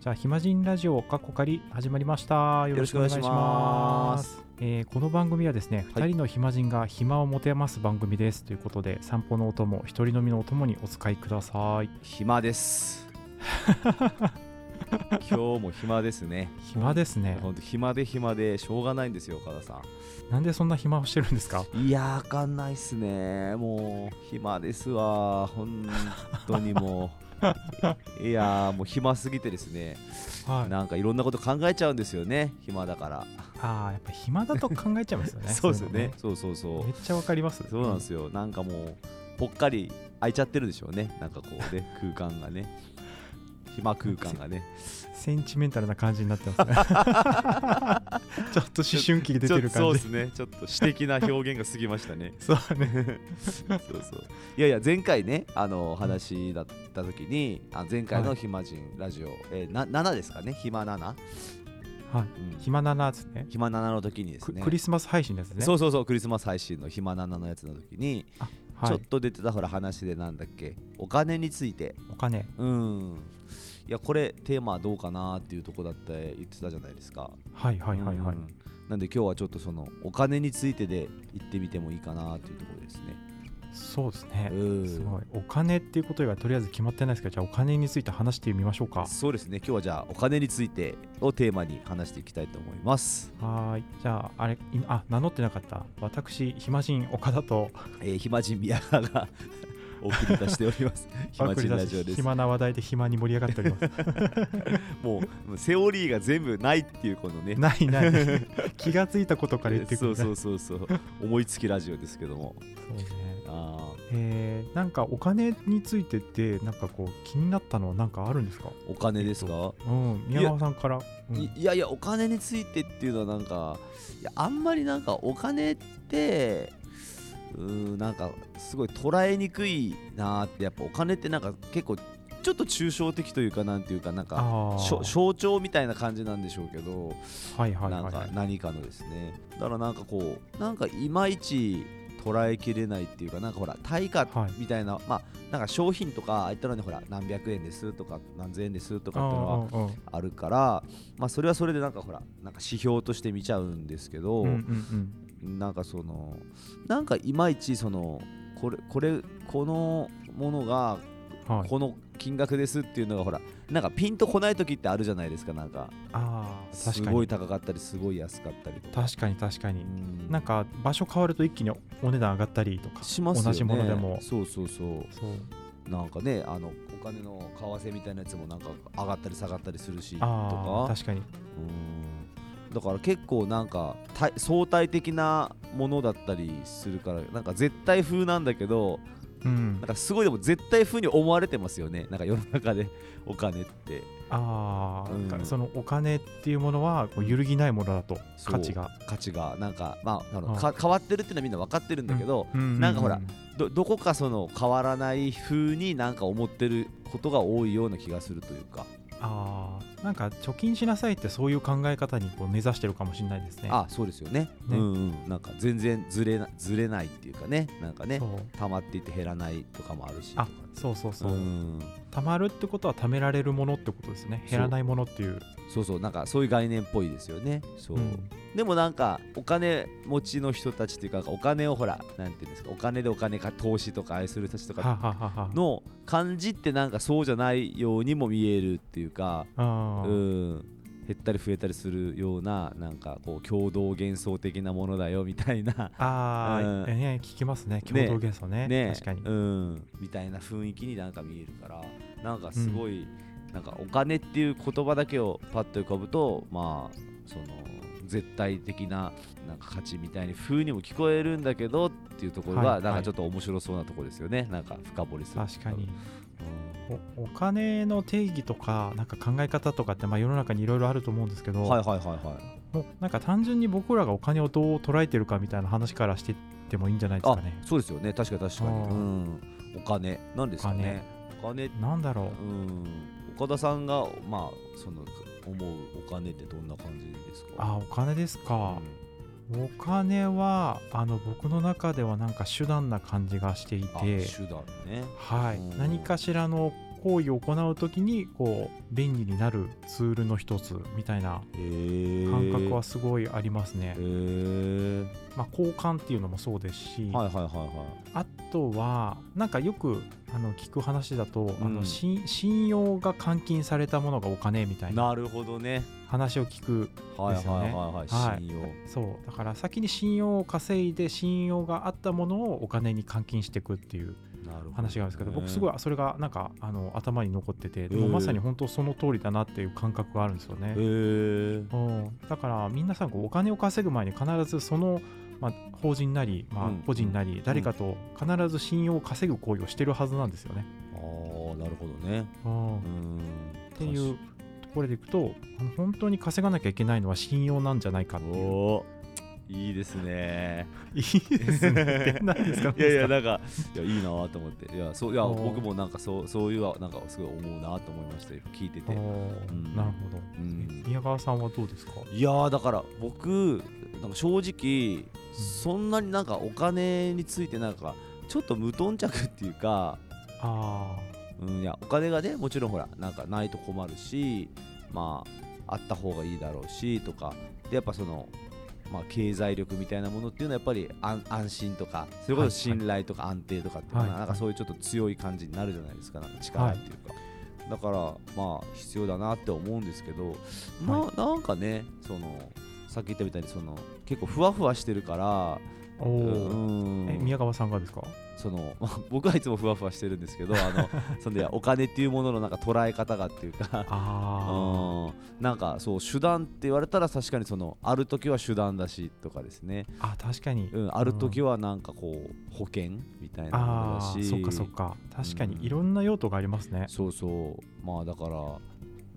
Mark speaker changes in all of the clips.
Speaker 1: じゃあ、暇人ラジオ、かっこかり、始まりました。よろしくお願いします。えーこの番組はですね、
Speaker 2: はい
Speaker 1: 2人の暇人が暇を持て余す番組です。ということで、散歩のお供、一人飲みのお供にお使いください。
Speaker 2: 暇です。 今日も暇ですね。
Speaker 1: 暇ですね。
Speaker 2: 本当暇で暇でしょうがないんですよ、岡田さ
Speaker 1: なんでそんな暇をしてるんですか
Speaker 2: ん。いやー、あかんないっすね。もう暇ですわ。本当にもう。 いやー、もう暇すぎてですね。
Speaker 1: はい。
Speaker 2: なんかいろんなこと考えちゃうんですよね。暇だから。
Speaker 1: ああ、やっぱ暇だと考えちゃいますよね。
Speaker 2: そうですよ
Speaker 1: い
Speaker 2: ね
Speaker 1: の。
Speaker 2: そうそうそ
Speaker 1: めっ
Speaker 2: う。
Speaker 1: ちゃわかります。
Speaker 2: そうなんですよ。なんかもう、ぽっかり空いちゃってるでしょうね。なんかこうね、空間 がね。暇空間がね。
Speaker 1: センチメンタルな感じになって ますね。ちょっと思春期出てる
Speaker 2: ち
Speaker 1: 感
Speaker 2: ょっ
Speaker 1: じ。
Speaker 2: とそうですねちょっと私的な表現が過ぎまし たね
Speaker 1: そうね。
Speaker 2: そうそういやいや前回ねあのお話だった時にあ前回の暇人ラジオ、えーな7ですかね暇7、
Speaker 1: はい。
Speaker 2: うん
Speaker 1: 暇ななですね。
Speaker 2: 暇7の時にです
Speaker 1: ク
Speaker 2: ね
Speaker 1: クリスマス配信ですね。
Speaker 2: そうそうそうクリスマス配信の暇7のやつの時に、
Speaker 1: あは
Speaker 2: ちょっ
Speaker 1: い。
Speaker 2: と出てたほら話でなんだっけお金について
Speaker 1: お金。
Speaker 2: うんいやこれテーマどうかなっていうとこだって言ってたじゃないですか
Speaker 1: はいはいはいはい。
Speaker 2: うんなんで今日はちょっとそのお金についてで言ってみてもいいかなっていうところですね。
Speaker 1: そうですね。
Speaker 2: うん
Speaker 1: すごい。お金っていうこと以外とりあえず決まってないですけど、じゃあお金について話してみましょうか。
Speaker 2: そうですね。今日はじゃあお金についてをテーマに話していきたいと思います。
Speaker 1: はーい。じゃあ、あれ、いあ、名乗ってなかった。私、暇人岡田と、
Speaker 2: えー、暇人宮川が お送り出しており ます。 暇人ラジオです。も
Speaker 1: 暇な話題で暇に盛り上がっております。
Speaker 2: うもうセオリーが全部ないっていうこのね。
Speaker 1: ないない。 気がついたことから言ってく
Speaker 2: そ
Speaker 1: る、ね。
Speaker 2: うそうそうそう。思いつきラジオですけども。
Speaker 1: そうね。
Speaker 2: あー
Speaker 1: えー、なんかお金についてって、なんかこう、気になったのはなんかあるんですか
Speaker 2: お金ですか？
Speaker 1: うん。宮川さんから。うん
Speaker 2: いいやいやお金についてっていうのはなんかいやあんまりなんかお金ってうーんなんかすごい捉えにくいなーってやっぱお金ってなんか結構ちょっと抽象的というかなんていうかなんか
Speaker 1: あー
Speaker 2: しょ象徴みたいな感じなんでしょうけど、
Speaker 1: はいはいはい
Speaker 2: なん
Speaker 1: は
Speaker 2: か
Speaker 1: い。
Speaker 2: 何かのですねだからなんかこうなんかいまいち捉えきれないっていうかなんかほら対価
Speaker 1: はい
Speaker 2: みたいな、まあなんか商品とかああいったのにほら何百円ですとか何千円ですとかっていうのは
Speaker 1: うんうんうん
Speaker 2: あるから、まあ、それはそれでなんかほらなんか指標として見ちゃうんですけど、
Speaker 1: うんうん
Speaker 2: なんかそのなんかいまいちそのこれこれこのものが
Speaker 1: うん。はい。
Speaker 2: この金額ですっていうのがほらなんかピンとこない時ってあるじゃないですかなんか
Speaker 1: ああ、
Speaker 2: す
Speaker 1: 確か
Speaker 2: ごい
Speaker 1: に。
Speaker 2: 高かったりすごい安かったりとか。
Speaker 1: 確かに確かに。
Speaker 2: うん
Speaker 1: なんか場所変わると一気にお値段上がったりとか。
Speaker 2: しますよね
Speaker 1: 同じものでも
Speaker 2: そうそうそう
Speaker 1: そう。
Speaker 2: なんかねあのお金の為替みたいなやつもなんか上がったり下がったりするしと
Speaker 1: あ
Speaker 2: か
Speaker 1: あ、確かに。
Speaker 2: うんだから結構なんかた相対的なものだったりするからなんか絶対風なんだけど
Speaker 1: うん
Speaker 2: なん。かすごいでも絶対風に思われてますよねなんか世の中で お金って
Speaker 1: ああ、
Speaker 2: うん
Speaker 1: そのお金っていうものはこう揺るぎないものだと
Speaker 2: そう
Speaker 1: 価値が。
Speaker 2: 価値がなんかまああの
Speaker 1: うん
Speaker 2: か変わってるっていうのはみんな分かってるんだけど、なんかほらどどこかその変わらない風になんか思ってることが多いような気がするというか、
Speaker 1: ああなんか貯金しなさいってそういう考え方にこう根ざしてるかもしれないですね。
Speaker 2: あそうですよねう
Speaker 1: ね
Speaker 2: んうんなんか全然ずれなずれないっていうかねなんかね
Speaker 1: そう
Speaker 2: 溜まっていって減らないとかもあるしとか
Speaker 1: あそうそうそう、
Speaker 2: うん
Speaker 1: 貯まるってことは貯められるものってことですね
Speaker 2: う
Speaker 1: 減らないものっていう
Speaker 2: そうそうなんかそういう概念っぽいですよねそう、
Speaker 1: うん
Speaker 2: でもなんかお金持ちの人たちっていうかお金をほらなんていうんですかお金でお金か投資とか愛する人たちと
Speaker 1: は
Speaker 2: か
Speaker 1: ははは
Speaker 2: の感じってなんかそうじゃないようにも見えるっていうか
Speaker 1: あ
Speaker 2: う
Speaker 1: ー
Speaker 2: ん減ったり増えたりするようななんかこう共同幻想的なものだよみたいな
Speaker 1: あー、
Speaker 2: うん
Speaker 1: ええ聞きますね共同幻想ね
Speaker 2: ね
Speaker 1: 確かに、
Speaker 2: うん、みたいな雰囲気になんか見えるからなんかすごい、なんかお金っていう言葉だけをパッと浮かぶとまあその絶対的ななんか価値みたいに風にも聞こえるんだけどっていうところ
Speaker 1: は
Speaker 2: が
Speaker 1: い
Speaker 2: なん
Speaker 1: は
Speaker 2: か
Speaker 1: い
Speaker 2: ちょっと面白そうなところですよね、なんか深掘りする
Speaker 1: 確かに、
Speaker 2: う
Speaker 1: おお金の定義とかなんか考え方とかって、まあ、世の中にいろいろあると思うんですけど、
Speaker 2: んはいはいはいはい
Speaker 1: もうなんか単純に僕らがお金をどう捉えてるかみたいな話からしてってもいいんじゃないですか
Speaker 2: あ
Speaker 1: ね。
Speaker 2: そうですよね確かに確かに、
Speaker 1: あー
Speaker 2: うん、お金なんですかねお金
Speaker 1: なんだろ
Speaker 2: うん岡田さんがまあその思うお金ってどんな感じですか
Speaker 1: うあお金ですか、お金はあの僕の中ではなんか手段な感じがしてい
Speaker 2: あ
Speaker 1: て、
Speaker 2: 手段ね
Speaker 1: はい、
Speaker 2: うん
Speaker 1: 何かしらの行為を行う時にこう便利になるツールの一つみたいな感
Speaker 2: 感
Speaker 1: 覚は
Speaker 2: へ
Speaker 1: すごいありますね。
Speaker 2: え
Speaker 1: まあ、交換っていうのもそうですし、
Speaker 2: はいはいはいは
Speaker 1: あとはなんかよくあの聞く話だと、あ
Speaker 2: う
Speaker 1: の
Speaker 2: ん
Speaker 1: 信信用が換金されたものがお金みた
Speaker 2: い
Speaker 1: いな
Speaker 2: なるほどね
Speaker 1: 話を聞く
Speaker 2: はいはいはいはい
Speaker 1: はい
Speaker 2: 信用
Speaker 1: そうだから先に信用を稼いで信用があったものをお金に換金していくっていう
Speaker 2: なるほど
Speaker 1: 話があるんですけど僕すごいそれがなんかあの頭に残っててでも
Speaker 2: うん
Speaker 1: まさに本当その通りだなっていう感覚があるんですよね。
Speaker 2: へえ
Speaker 1: うんだから皆さんこうお金を稼ぐ前に必ずその、まあ、法人なり、ま
Speaker 2: うん
Speaker 1: あ、個人なり誰かと必ず信用を稼ぐ行為をしてるはずなんですよね。
Speaker 2: あーなるほどね
Speaker 1: うん
Speaker 2: うーんっ
Speaker 1: っていうところでいくとあの本当に稼がなきゃいけないのは信用なんじゃないかっていう。
Speaker 2: おーいいですね。
Speaker 1: いいです ね。って 何ですか
Speaker 2: いやい やなんかいやいいなと思っていやそういや
Speaker 1: おー
Speaker 2: 僕もなんかそうそういうはなんかすごい思うなと思いましたよ聞いてて
Speaker 1: あ。ー
Speaker 2: うん
Speaker 1: なるほど。
Speaker 2: うん
Speaker 1: 宮川さんはどうですか
Speaker 2: いやーだから僕なんか正直そんなになんかお金についてなんかちょっと無頓着っていうか、
Speaker 1: あ
Speaker 2: うん、いやお金がねもちろんほらなんかないと困るしまああった方がいいだろうしとかでやっぱその、まあ、経済力みたいなものっていうのはやっぱり安安心とかそれこそ信頼とか安定とかっていうのは
Speaker 1: はいはい
Speaker 2: なんかそういうちょっと強い感じになるじゃないですかなんか力っていうか、だからまあ必要だなって思うんですけど、まあなんかねそのさっき言ったみたいにその結構ふわふわしてるから
Speaker 1: あ。お
Speaker 2: う
Speaker 1: お。え
Speaker 2: ん
Speaker 1: 宮川さんがですか
Speaker 2: その まあ僕はいつもふわふわしてるんですけどあ のそんでお金っていうもののなんか捉え方がっていうか
Speaker 1: あ
Speaker 2: うんなんかそう手段って言われたら確かにそのある時は手段だしとかですね、
Speaker 1: あ。あ確かに。
Speaker 2: うん、ある時はなんかこう保険みたいなもの
Speaker 1: あ
Speaker 2: だ
Speaker 1: あ
Speaker 2: し
Speaker 1: そっかそっか確か
Speaker 2: うん
Speaker 1: にいろんな用途がありますね、
Speaker 2: そうそうまあだから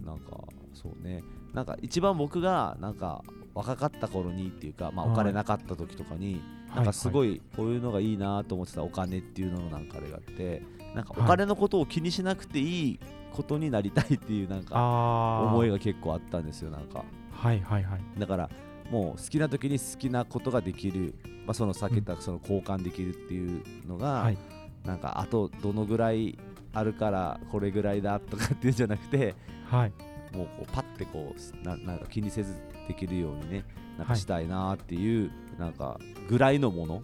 Speaker 2: なんかそうねなんか一番僕がなんか若かった頃にっていうか、まあ、
Speaker 1: はい
Speaker 2: お金なかった時とかに、なんかす
Speaker 1: い、
Speaker 2: ごいこういうのがいいなと思ってたお金っていうののなんかあれがあってなんか
Speaker 1: はい
Speaker 2: お金のことを気にしなくていいことになりたいっていうなんか
Speaker 1: あ
Speaker 2: 思い
Speaker 1: が
Speaker 2: が結構あったんですよなんか
Speaker 1: はいはいはい
Speaker 2: だからもう好きな時に好きなことができる、まあ、その避けたその交換できるっていうのが、
Speaker 1: はい
Speaker 2: なんかあとどのぐらいあるからこれぐらいだとかっていうんじゃなくて
Speaker 1: はい
Speaker 2: もうこうパッてこうななんか気にせずできるようにねなん
Speaker 1: は
Speaker 2: か
Speaker 1: い
Speaker 2: したいなっていう、なんかぐらいのもの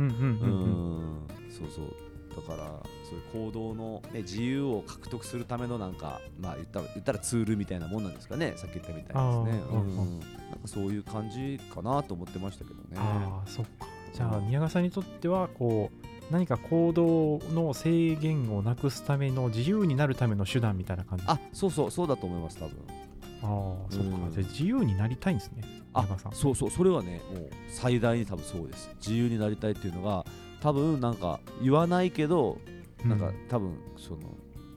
Speaker 1: うんうん
Speaker 2: う
Speaker 1: うんうん
Speaker 2: んそうそうだからそういう行動の、ね、自由を獲得するためのなんかまあ言ったら言ったらツールみたいなもんなんですかねさっき言ったみたいですね
Speaker 1: あー
Speaker 2: う
Speaker 1: うん
Speaker 2: んなんかそういう感じかなと思ってましたけどね
Speaker 1: ああそっかじゃあ
Speaker 2: うん
Speaker 1: 宮川さんにとってはこう何か行動の制限をなくすための自由になるための手段みたいな感じあ
Speaker 2: あそうそうそうだと思います多分
Speaker 1: あーそっか、
Speaker 2: うん
Speaker 1: じゃあ自由になりたいんですね宮
Speaker 2: あ
Speaker 1: 川さん
Speaker 2: そうそうそれはねもう最大に多分そうです自由になりたいっていうのが多分なんか言わないけどなん
Speaker 1: う
Speaker 2: か多分その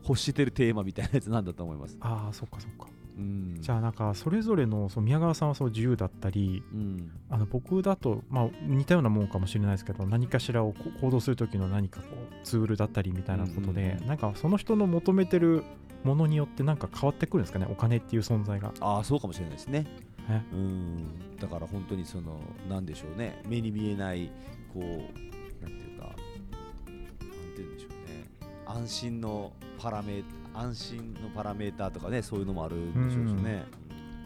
Speaker 2: 欲してるテーマみたいなやつなんだと思います
Speaker 1: ああそっかそっか、
Speaker 2: うん
Speaker 1: じゃあなんかそれぞれのその宮川さんはその自由だったり
Speaker 2: うん
Speaker 1: あの僕だと、まあ、似たようなもんかもしれないですけど何かしらをこう行動する時の何かこうツールだったりみたいなこと
Speaker 2: うん
Speaker 1: で
Speaker 2: う、んうん
Speaker 1: なんかその人の求めてるものによってなんか変わってくるんですかねお金っていう存在が。
Speaker 2: ああそうかもしれないですね
Speaker 1: ね
Speaker 2: うんだから本当にそのなんでしょうね目に見えないこうなんていうかなんて言うんでしょうね安心のパラメ安心のパラメーターとかねそういうのもあるんでしょうしね、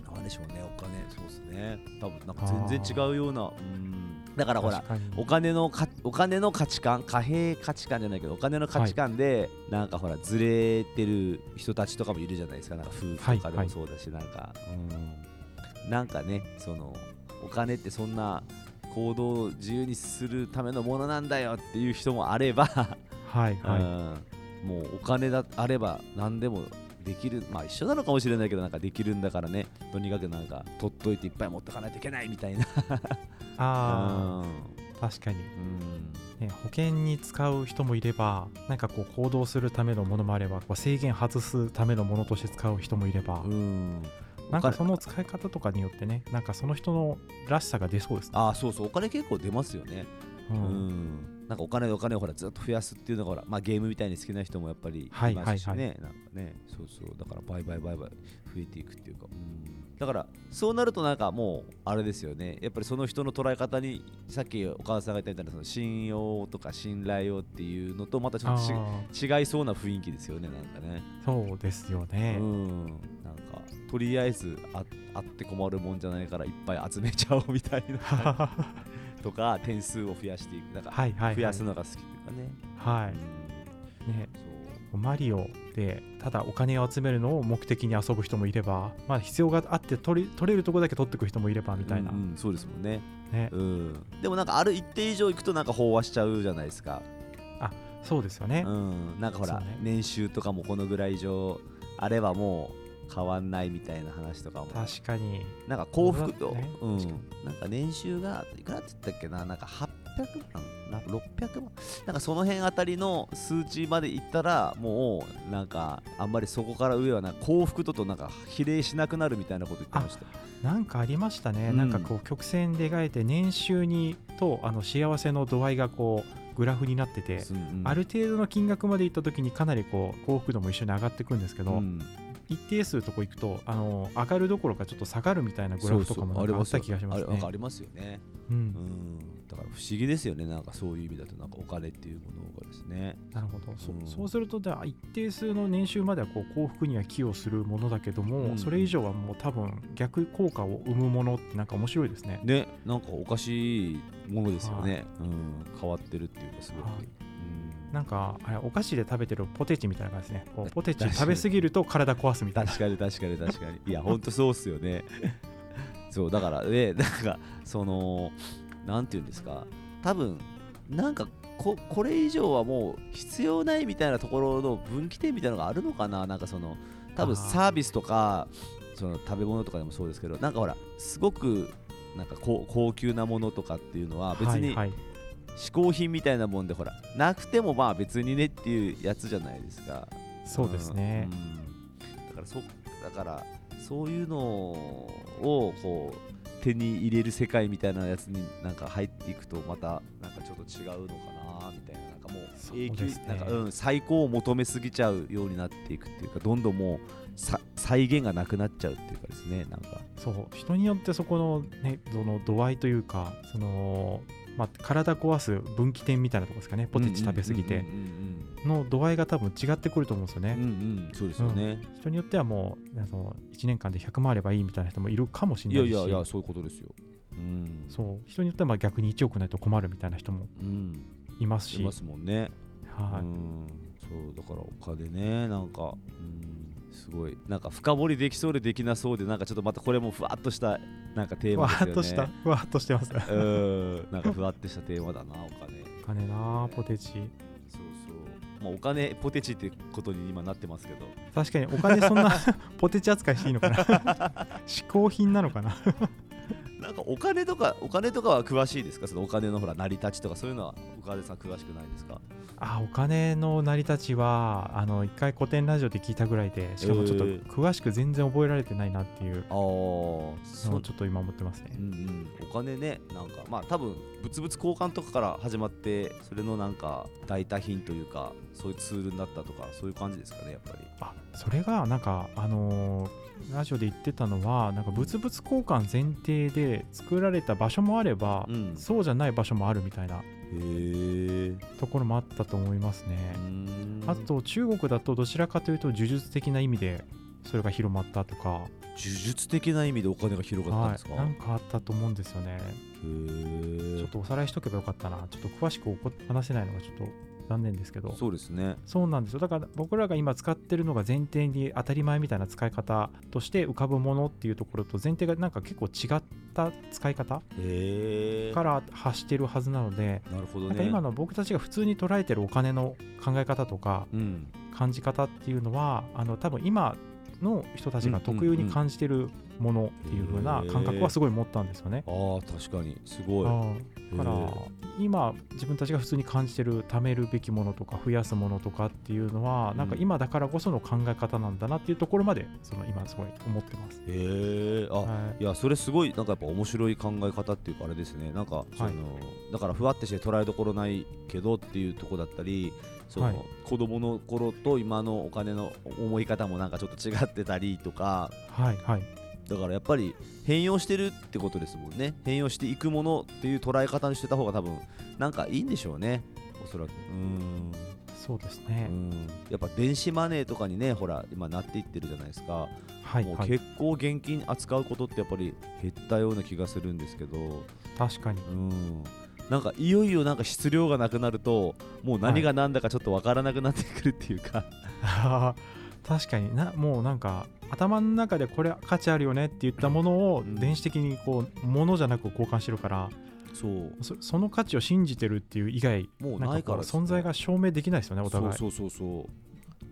Speaker 2: うん、なんでしょうねお金そうですね多分なんか全然違うようなうんだからほら
Speaker 1: 確かに
Speaker 2: お金のかお金の価値観貨幣価値観じゃないけどお金の価値観で、なんかほらずれてる人たちとかもいるじゃないですかなんか夫婦とか
Speaker 1: は
Speaker 2: で
Speaker 1: いは
Speaker 2: も
Speaker 1: い
Speaker 2: そうだし、なんか、うん、なんかねそのお金ってそんな行動を自由にするためのものなんだよっていう人もあれば、
Speaker 1: はいはい、
Speaker 2: うん、もうお金だあれば何でもできるまあ一緒なのかもしれないけどなんかできるんだからねとにかくなんか取っといていっぱい持ってかないといけないみたいな。
Speaker 1: あ
Speaker 2: うん
Speaker 1: ー確かに、
Speaker 2: うん
Speaker 1: ね、保険に使う人もいればなんかこう行動するためのものもあればこう制限外すためのものとして使う人もいれば、
Speaker 2: うん
Speaker 1: なんか
Speaker 2: お金
Speaker 1: その使い方とかによってねなんかその人のらしさが出そうですね。
Speaker 2: あそうそうお金結構出ますよね
Speaker 1: う
Speaker 2: うんんなんかお金お金をほらずっと増やすっていうのがほら、まあ、ゲームみたいに好きな人もやっぱりい
Speaker 1: はい
Speaker 2: ますしね、
Speaker 1: はいは
Speaker 2: なんかねそうそうだから倍々倍々増えていくっていうか、うんだからそうなるとなんかもうあれですよねやっぱりその人の捉え方にさっきお母さんが言ったみたいなその信用とか信頼をっていうのとまたちょっとち
Speaker 1: あ
Speaker 2: 違いそうな雰囲気ですよねなんかね、
Speaker 1: ーそうですよね、
Speaker 2: うんなんかとりあえずああって困るもんじゃないからいっぱい集めちゃおうみたい なとか点数を増やしていくなんか
Speaker 1: はいはい、
Speaker 2: 増
Speaker 1: は
Speaker 2: や
Speaker 1: い
Speaker 2: すのが好きというかね、
Speaker 1: は
Speaker 2: うん
Speaker 1: いね、
Speaker 2: そう
Speaker 1: マリオでただお金を集めるのを目的に遊ぶ人もいれば、まあ、必要があって取り取れるとこだけ取ってく人もいればみたいな、
Speaker 2: うんうんそうですもんね、
Speaker 1: ね
Speaker 2: うん、でもなんかある一定以上いくとなんか飽和しちゃうじゃないですか、
Speaker 1: そうですよね、
Speaker 2: うん、なんかほら、
Speaker 1: そうね
Speaker 2: 年収とかもこのぐらい以上あればもう変わんないみたいな話とかも
Speaker 1: 確かに
Speaker 2: なんか幸福と、
Speaker 1: ね
Speaker 2: うん
Speaker 1: 確か、
Speaker 2: なんか年収がいくらって言ったっけな、なんか800万、な600万、なんかその辺あたりの数値までいったら、もうなんかあんまりそこから上はなんか幸福ととなんか比例しなくなるみたいなこと言ってました。
Speaker 1: なんかありましたね、
Speaker 2: うん
Speaker 1: なんかこう曲線で描いて年収にとあの幸せの度合いがこうグラフになってて、
Speaker 2: うんうん
Speaker 1: ある程度の金額までいった時にかなりこう幸福度も一緒に上がっていくんですけど、
Speaker 2: うん
Speaker 1: 一定数とこ行くとあの上がるどころかちょっと下がるみたいなグラフとかもなんかあった気がします
Speaker 2: あれなん
Speaker 1: ね
Speaker 2: かあ。りますよね。
Speaker 1: うん
Speaker 2: うん、だから不思議ですよね、なんかそういう意味だと、なんかお金っていうものがですね。
Speaker 1: なるほどそ,、う
Speaker 2: うん
Speaker 1: そうするとじゃあ一定数の年収まではこう幸福には寄与するものだけども、
Speaker 2: うん
Speaker 1: それ以上はもう多分逆効果を生むものってなんか面白いですね。
Speaker 2: ね、なんかおかしいものですよね。うん、変わってるっていうか、すごく。
Speaker 1: はい
Speaker 2: うん
Speaker 1: なんかあれお菓子で食べてるポテチみたいな感じですね。こうポテチ食べ過ぎると体壊すみたいな。
Speaker 2: 確かに確かに確かにいやほんとそうっすよね そうだからね なんかそのなんて言うんですか多分なんかここれ以上はもう必要ないみたいなところの分岐点みたいなのがあるのかななんかその多分
Speaker 1: あー
Speaker 2: サービスとかその食べ物とかでもそうですけどなんかほらすごくなんか高高級なものとかっていうのは別に
Speaker 1: はいはい
Speaker 2: 嗜好品みたいなもんでほらなくてもまあ別にねっていうやつじゃないですか
Speaker 1: そうですね
Speaker 2: う。んだからそだからそういうのをこう手に入れる世界みたいなやつになんか入っていくとまたなんかちょっと違うのかなみたいななんかもう
Speaker 1: そう
Speaker 2: 永久
Speaker 1: ですね
Speaker 2: なんかうん最高を求めすぎちゃうようになっていくっていうかどんどんもうさ再現がなくなっちゃうっていうかですねなんか
Speaker 1: そう人によってそこの,、ね、その度合いというかその、まあ、体壊す分岐点みたいなところですかねポテチ食べ過ぎ
Speaker 2: うん
Speaker 1: ての度合いが多分違ってくると思うんですよね。
Speaker 2: うんうんうんうんうんそうですよね、
Speaker 1: 人によってはもうあの1年間で100万あればいいみたいな人もいるかもし
Speaker 2: い
Speaker 1: れ
Speaker 2: や
Speaker 1: ないし
Speaker 2: いやいやそういうことですようん
Speaker 1: そう人によってはまあ逆に1億ないと困るみたいな人も
Speaker 2: うん
Speaker 1: います
Speaker 2: し
Speaker 1: し
Speaker 2: ますもんね
Speaker 1: は
Speaker 2: う
Speaker 1: い
Speaker 2: んそうだからお金ねなんかうんすごいなんか深掘りできそうでできなそうでなんかちょっとまたこれもふわっとしたなんかテーマ
Speaker 1: わ
Speaker 2: ですよ
Speaker 1: ーっ
Speaker 2: ね
Speaker 1: としたふわーっとしてます
Speaker 2: うーんなんかふわっとしたテーマだなお 金
Speaker 1: お金なあポテチ
Speaker 2: そうそうまあお金ポテチってことに今なってますけど
Speaker 1: 確かにお金そんな ポテチ扱いしていいのか な嗜好品なのかな
Speaker 2: なんかお金とかお金とかは詳しいですかそのお金のほら成り立ちとかそういうのはお金さん詳しくないですか
Speaker 1: あお金の成り立ちはあの一回古典ラジオで聞いたぐらいでしかもちょっと
Speaker 2: えー
Speaker 1: 詳しく全然覚えられてないなっていう
Speaker 2: ああそ
Speaker 1: の
Speaker 2: う
Speaker 1: をちょっと今思ってますね
Speaker 2: うんうん、お金ねなんかまあ多分物々交換とかから始まってそれのなんか代替品というかそういうツールになったとかそういう感じですかねやっぱり
Speaker 1: あそれがなんかあのーラジオで言ってたのはなんか物々交換前提で作られた場所もあれば、
Speaker 2: うん
Speaker 1: そうじゃない場所もあるみたいな
Speaker 2: へえ
Speaker 1: ところもあったと思いますね、あと中国だとどちらかというと呪術的な意味でそれが広まったとか
Speaker 2: 呪術的な意味でお金が広がったんですか、
Speaker 1: はい、なんかあったと思うんですよねち
Speaker 2: へ
Speaker 1: ょっとおさらいしとけばよかったなちょっと詳しくおこ話せないのがちょっと残念ですけど
Speaker 2: えそうですね
Speaker 1: そうなんですよだから僕らが今使ってるのが前提に当たり前みたいな使い方として浮かぶものっていうところと前提がなんか結構違った使い方
Speaker 2: へえ
Speaker 1: から発してるはずなので
Speaker 2: なるほど
Speaker 1: なん
Speaker 2: ね
Speaker 1: か今の僕たちが普通に捉えてるお金の考え方とか
Speaker 2: うん
Speaker 1: 感じ方っていうのはあの多分今の人たちが特有に感じてるものっていう風な感覚はすごい持ったんですよね。
Speaker 2: ああ確かにすごい
Speaker 1: あーだから
Speaker 2: へ
Speaker 1: 今自分たちが普通に感じてる貯めるべきものとか増やすものとかっていうのは、なんか
Speaker 2: うん
Speaker 1: 今だからこその考え方なんだなっていうところまでその今すごい思ってます。
Speaker 2: へえあ、
Speaker 1: はい
Speaker 2: やそれすごいなんかやっぱ面白い考え方っていうかあれですねなんかそ
Speaker 1: は
Speaker 2: の、
Speaker 1: い
Speaker 2: だからふわってして捉えどころないけどっていうとこだったりその、
Speaker 1: はい
Speaker 2: 子供の頃と今のお金の思い方もなんかちょっと違ってたりとか
Speaker 1: はいはい
Speaker 2: だからやっぱり変容してるってことですもんね変容していくものっていう捉え方にしてた方が多分なんかいいんでしょうねおそらくうん
Speaker 1: そうですね
Speaker 2: う。んやっぱ電子マネーとかにねほら今なっていってるじゃないですか
Speaker 1: はい
Speaker 2: もう
Speaker 1: はい
Speaker 2: 結構現金扱うことってやっぱり減ったような気がするんですけど、
Speaker 1: 確かに
Speaker 2: うん、なんかいよいよなんか質量がなくなるともう何が何だかちょっとわからなくなってくるっていうか、
Speaker 1: あー確かになもうなんか頭の中でこれ価値あるよねって言ったものを
Speaker 2: うん
Speaker 1: 電子的にこうものじゃなく交換してるから
Speaker 2: そう
Speaker 1: そその価値を信じてるっていう以外
Speaker 2: もう
Speaker 1: なん
Speaker 2: な
Speaker 1: か
Speaker 2: いか
Speaker 1: こう
Speaker 2: らですね
Speaker 1: 存在が証明できないですよねお互い。
Speaker 2: そうそうそうそう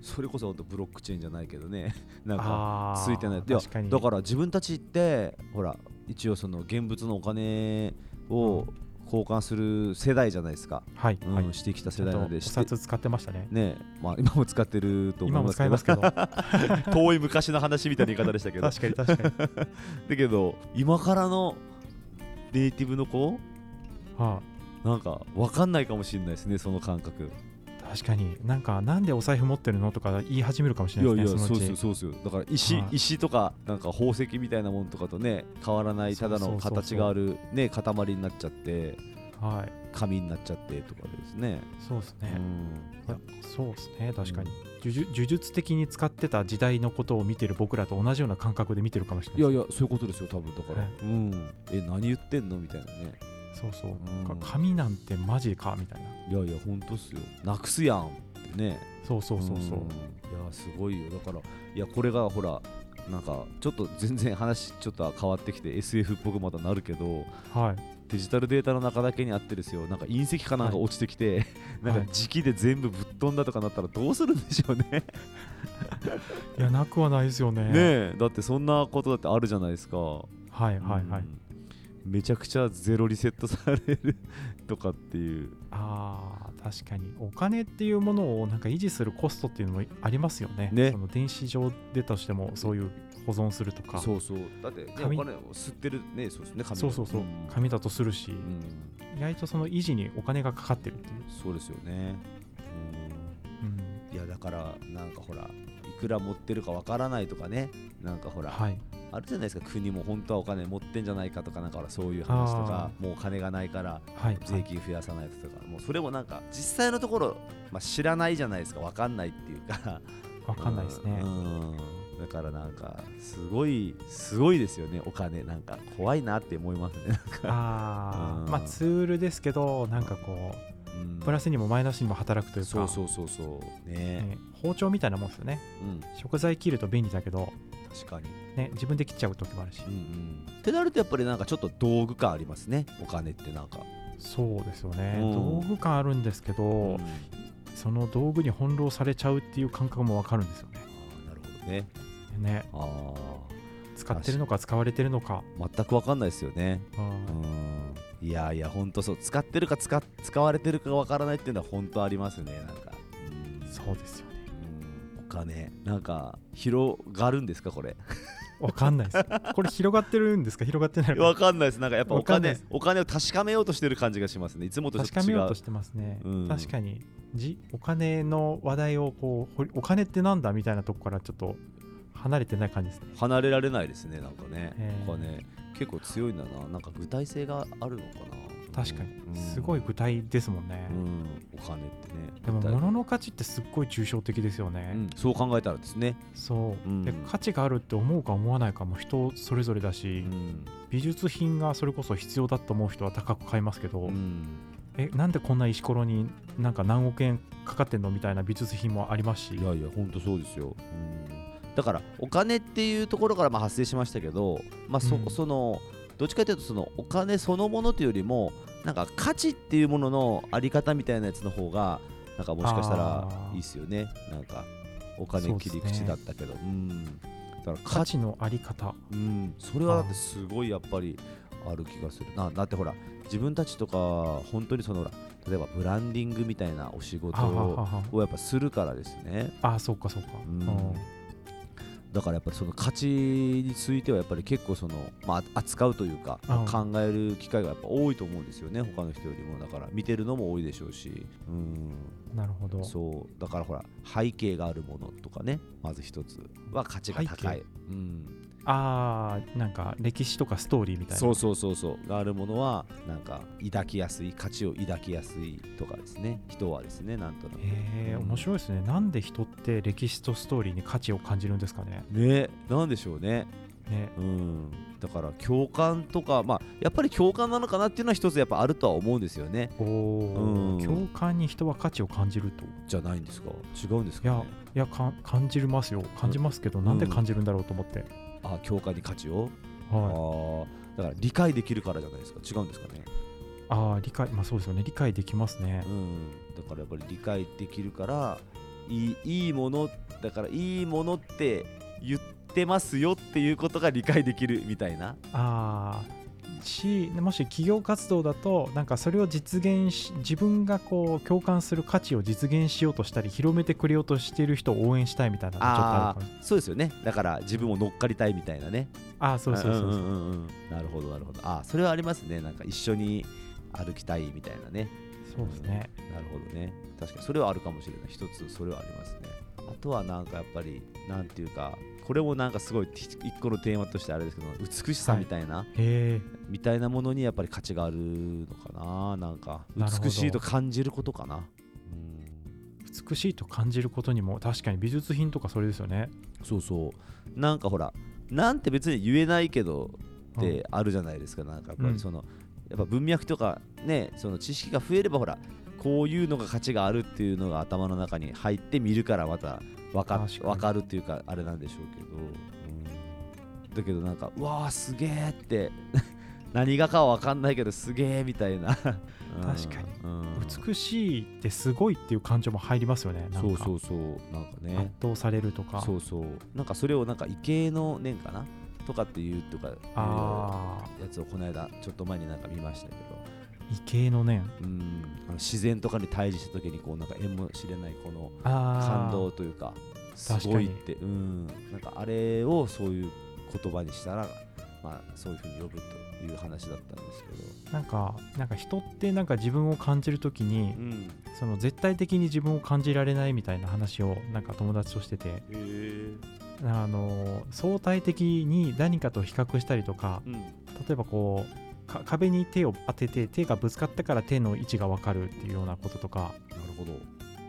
Speaker 2: それこそ本当ブロックチェーンじゃないけどねなんか
Speaker 1: あー
Speaker 2: ついてないいや
Speaker 1: 確かに
Speaker 2: だから自分たちってほら一応その現物のお金を交換する世代じゃないですか、
Speaker 1: はい、
Speaker 2: うん
Speaker 1: はい
Speaker 2: してきた
Speaker 1: ち
Speaker 2: 世
Speaker 1: ゃん
Speaker 2: 代
Speaker 1: と
Speaker 2: なんで
Speaker 1: お
Speaker 2: して
Speaker 1: 札使ってましたね。
Speaker 2: ねまあ、今も使ってると思
Speaker 1: 今
Speaker 2: い
Speaker 1: も
Speaker 2: ます
Speaker 1: 使
Speaker 2: け
Speaker 1: い
Speaker 2: ど
Speaker 1: ますけ ど確か
Speaker 2: 遠い昔の話みたいな言い方でしたけどだ
Speaker 1: に確かに。
Speaker 2: けど今からのネイティブの子
Speaker 1: は
Speaker 2: なんか分かんないかもしれないですねその感覚
Speaker 1: あ、確かになんかなんでお財布持ってるのとか言い始めるかもし
Speaker 2: い
Speaker 1: れ
Speaker 2: や
Speaker 1: ない
Speaker 2: い
Speaker 1: で
Speaker 2: や
Speaker 1: す
Speaker 2: そう
Speaker 1: ね
Speaker 2: そ
Speaker 1: の
Speaker 2: う
Speaker 1: うち
Speaker 2: そうそうだから石,、
Speaker 1: はい
Speaker 2: 石とかなんか宝石みたいなものとかとね変わらないただ
Speaker 1: そうそ
Speaker 2: の
Speaker 1: うそうそう
Speaker 2: 形があるね塊になっちゃって
Speaker 1: はい
Speaker 2: 紙になっちゃってとかですね
Speaker 1: そうです
Speaker 2: う
Speaker 1: ね。
Speaker 2: ん
Speaker 1: いやそうですね確かに、呪術呪術的に使ってた時代のことを見てる僕らと同じような感覚で見てるかもしれない
Speaker 2: い
Speaker 1: です
Speaker 2: やいやそういうことですよ多分だから、
Speaker 1: はい
Speaker 2: うんえ何言ってんのみたいなね
Speaker 1: そうそう、
Speaker 2: うん
Speaker 1: か紙なんてマジかみたいない
Speaker 2: やいやほんとっすよなくすやんってね
Speaker 1: そうそうそうそう、
Speaker 2: んいやすごいよだからいやこれがほらなんかちょっと全然話ちょっと変わってきて SF っぽくまたなるけど
Speaker 1: はい
Speaker 2: デジタルデータの中だけにあってですよなんか隕石かなんか
Speaker 1: はい
Speaker 2: 落ちてきて、
Speaker 1: はい
Speaker 2: なんか磁気で全部ぶっ飛んだとかなったらどうするんでし ょうねね
Speaker 1: いやなくはないですよね
Speaker 2: えだってそんなことだってあるじゃないですかは
Speaker 1: はいはいはい、
Speaker 2: めちゃくちゃゼロリセットされる とかっていう
Speaker 1: あー確かにお金っていうものをなんか維持するコストっていうのもありますよね
Speaker 2: ね
Speaker 1: その電子上でとしてもそういう保存するとか
Speaker 2: そうそうだって、ね、お
Speaker 1: 紙
Speaker 2: 金を吸ってるねそうですね紙
Speaker 1: そうそうそう
Speaker 2: うん
Speaker 1: 紙だとするし、
Speaker 2: うん
Speaker 1: 意外とその維持にお金がかかってるっていう、
Speaker 2: そうですよね
Speaker 1: うん
Speaker 2: うんいやだからなんかほらいくら持ってるかわからないとかねなんかほら、
Speaker 1: はい
Speaker 2: あるじゃないですか国も本当はお金持ってんじゃないかとかなんかほらそういう話とか
Speaker 1: あ
Speaker 2: もうお金がないから
Speaker 1: はい
Speaker 2: 税金増やさないととかもうそれもなんか実際のところ、まあ、知らないじゃないですかわかんないっていうか
Speaker 1: わかんないですね、
Speaker 2: うんうんだからなんかすごいすごいですよねお金なんか怖いなって思いますね、
Speaker 1: あ
Speaker 2: うん
Speaker 1: ーまあツールですけどなんかこ
Speaker 2: うん
Speaker 1: うプラスにもマイナスにも働くというか
Speaker 2: そうそうそうそうね
Speaker 1: ね包丁みたいなもんですよね
Speaker 2: うん
Speaker 1: 食材切ると便利だけど、
Speaker 2: 確かに
Speaker 1: ね、自分で切っちゃう時もあるし、
Speaker 2: うんうんってなるとやっぱりなんかちょっと道具感ありますねお金ってなんか、
Speaker 1: そうですよね、
Speaker 2: うん
Speaker 1: 道具感あるんですけど、
Speaker 2: あ
Speaker 1: その道具に翻弄されちゃうっていう感覚もわかるんですよね
Speaker 2: ーなるほどね
Speaker 1: ね
Speaker 2: あ
Speaker 1: 使ってるのか使われてるのか、
Speaker 2: あ全く分かんないですよね
Speaker 1: うん
Speaker 2: うんいやいやほんとそう使ってるか使っ使われてるか分からないっていうのは本当ありますねなんかうん
Speaker 1: そうですよね
Speaker 2: うんお金なんか広がるんですかこ れ
Speaker 1: わかんないですこれ広がってるんですか広がってないの
Speaker 2: 分
Speaker 1: か
Speaker 2: かんないですなんかやっぱお
Speaker 1: わかんないで
Speaker 2: 金
Speaker 1: す
Speaker 2: お金を確かめようとしてる感じがしますねいつもと
Speaker 1: 確
Speaker 2: ちょ
Speaker 1: か
Speaker 2: っと
Speaker 1: め
Speaker 2: 違
Speaker 1: よう
Speaker 2: う
Speaker 1: としてますね、
Speaker 2: うん
Speaker 1: 確かにじお金の話題をこうほりお金ってなんだみたいなとこからちょっと離れてない感じですね
Speaker 2: 離れられないですねなんかね
Speaker 1: えー
Speaker 2: お金結構強いんだななんか具体性があるのかな
Speaker 1: 確か
Speaker 2: うん
Speaker 1: にすごい具体ですもんね
Speaker 2: う、んお金ってね
Speaker 1: でも
Speaker 2: 具体
Speaker 1: 物の価値ってすっごい抽象的ですよね、
Speaker 2: うんそう考えたらですね、
Speaker 1: そう、
Speaker 2: うん
Speaker 1: で価値があるって思うか思わないかも人それぞれだ
Speaker 2: う
Speaker 1: し、
Speaker 2: ん
Speaker 1: 美術品がそれこそ必要だと思う人は高く買いますけど、
Speaker 2: うん
Speaker 1: えなんでこんな石ころになんか何億円かかってんのみたいな美術品もありますし
Speaker 2: いやいや本当そうですよ、だからお金っていうところからまあ発生しましたけど、まあそ
Speaker 1: うん
Speaker 2: そのどっちかというとそのお金そのものというよりもなんか価値っていうもののあり方みたいなやつの方がなんかもしかしたら
Speaker 1: あー
Speaker 2: いいですよねなんかお金
Speaker 1: そうっす
Speaker 2: 切
Speaker 1: ね
Speaker 2: り口だったけど、うんだから価
Speaker 1: 価値のあり方
Speaker 2: うん、それはだってすごいやっぱりある気がするなだってほら自分たちとか本当にそのほら例えばブランディングみたいなお仕事
Speaker 1: ははは
Speaker 2: を
Speaker 1: は
Speaker 2: やっぱするからですね
Speaker 1: あそうかそうか、
Speaker 2: うん
Speaker 1: うん
Speaker 2: だからやっぱりその価値についてはやっぱり結構その、まあ、扱うというか
Speaker 1: うん
Speaker 2: 考える機会がやっぱ多いと思うんですよね他の人よりもだから見てるのも多いでしょうしうん
Speaker 1: なるほど
Speaker 2: そうだからほら背景があるものとかねまず一つは価値が高
Speaker 1: 背
Speaker 2: い、うん、
Speaker 1: ああなんか歴史とかストーリーみたいな
Speaker 2: そうそうそうそうがあるものはなんか抱きやすい価値を抱きやすいとかですね人はですねなんとなく
Speaker 1: へえ
Speaker 2: うん
Speaker 1: 面白いですねなんで人って歴史とストーリーに価値を感じるんですかね
Speaker 2: ねなんでしょうね
Speaker 1: ね
Speaker 2: うんだから共感とかまあやっぱり共感なのかなっていうのは一つやっぱあるとは思うんですよね
Speaker 1: おお、
Speaker 2: うん
Speaker 1: 共感に人は価値を感じるとい
Speaker 2: じゃないんですか違うんですか、
Speaker 1: や
Speaker 2: ね、
Speaker 1: いやか感じますよ感じますけど、なんで感じるんだろうと思って、
Speaker 2: あ共感に価値を、あ
Speaker 1: はい
Speaker 2: ーだから理解できるからじゃないですか違うんですかね
Speaker 1: ああ理解まあそうですよね理解できますね
Speaker 2: うん、だからやっぱり理解できるからいいいいものだからいいものって言ってますよっていうことが理解できるみたいな
Speaker 1: ああしもし企業活動だとなんかそれを実現し自分がこう共感する価値を実現しようとしたり広めてくれようとしている人を応援したいみたいなのがちょっとある
Speaker 2: あ
Speaker 1: かも
Speaker 2: ーそうですよねだから自分も乗っかりたいみたいなね
Speaker 1: ああーそうそうそうそう,、
Speaker 2: んんうんうんなるほどなるほどあーそれはありますねなんか一緒に歩きたいみたいなね
Speaker 1: そうですね
Speaker 2: なるほどね確かにそれはあるかもしれない一つそれはありますねあとはなんかやっぱりなんていうかこれもなんかすごい一個のテーマとしてあれですけど美しさみたいな、
Speaker 1: へえ
Speaker 2: みたいなものにやっぱり価値があるのかななんか
Speaker 1: なるほど
Speaker 2: 美しいと感じることかな
Speaker 1: 美しいと感じることにも確かに美術品とかそれですよね。
Speaker 2: うんそうそうなんかほらなんて別に言えないけどっ
Speaker 1: うん
Speaker 2: てあるじゃないですかなんかやっぱ
Speaker 1: うん
Speaker 2: りその、やっぱ文脈とかねその知識が増えればほらこういうのが価値があるっていうのが頭の中に入って見るからまた分か
Speaker 1: 確かに
Speaker 2: 分かるっていうかあれなんでしょうけど、うんだけどなんかうわーすげえって 何がかは分かんないけどすげえみたいな確
Speaker 1: かに、
Speaker 2: うん
Speaker 1: 美しいってすごいっていう感情も入りますよね。なんか
Speaker 2: そうそうそうなんかね
Speaker 1: 圧倒されるとか。
Speaker 2: そうそうなんかそれをなんか異形の念かなとかっていうとかいう
Speaker 1: ああ、
Speaker 2: やつをこの間ちょっと前になんか見ましたけど
Speaker 1: 異形の念。
Speaker 2: うんあの自然とかに対峙した時にこうなんか縁も知れないこの
Speaker 1: ああ、
Speaker 2: 感動というかすごいってうんなんかあれをそういう言葉にしたらまあそういうふうに呼ぶという話だったんですけど
Speaker 1: なんか、なんか人ってなんか自分を感じるときに
Speaker 2: う、ん
Speaker 1: その絶対的に自分を感じられないみたいな話をなんか友達としてて、
Speaker 2: へえ
Speaker 1: あのー相対的に何かと比較したりとか、
Speaker 2: うん
Speaker 1: 例えばこうか壁に手を当てて手がぶつかったから手の位置が分かるっていうようなこととか
Speaker 2: なるほど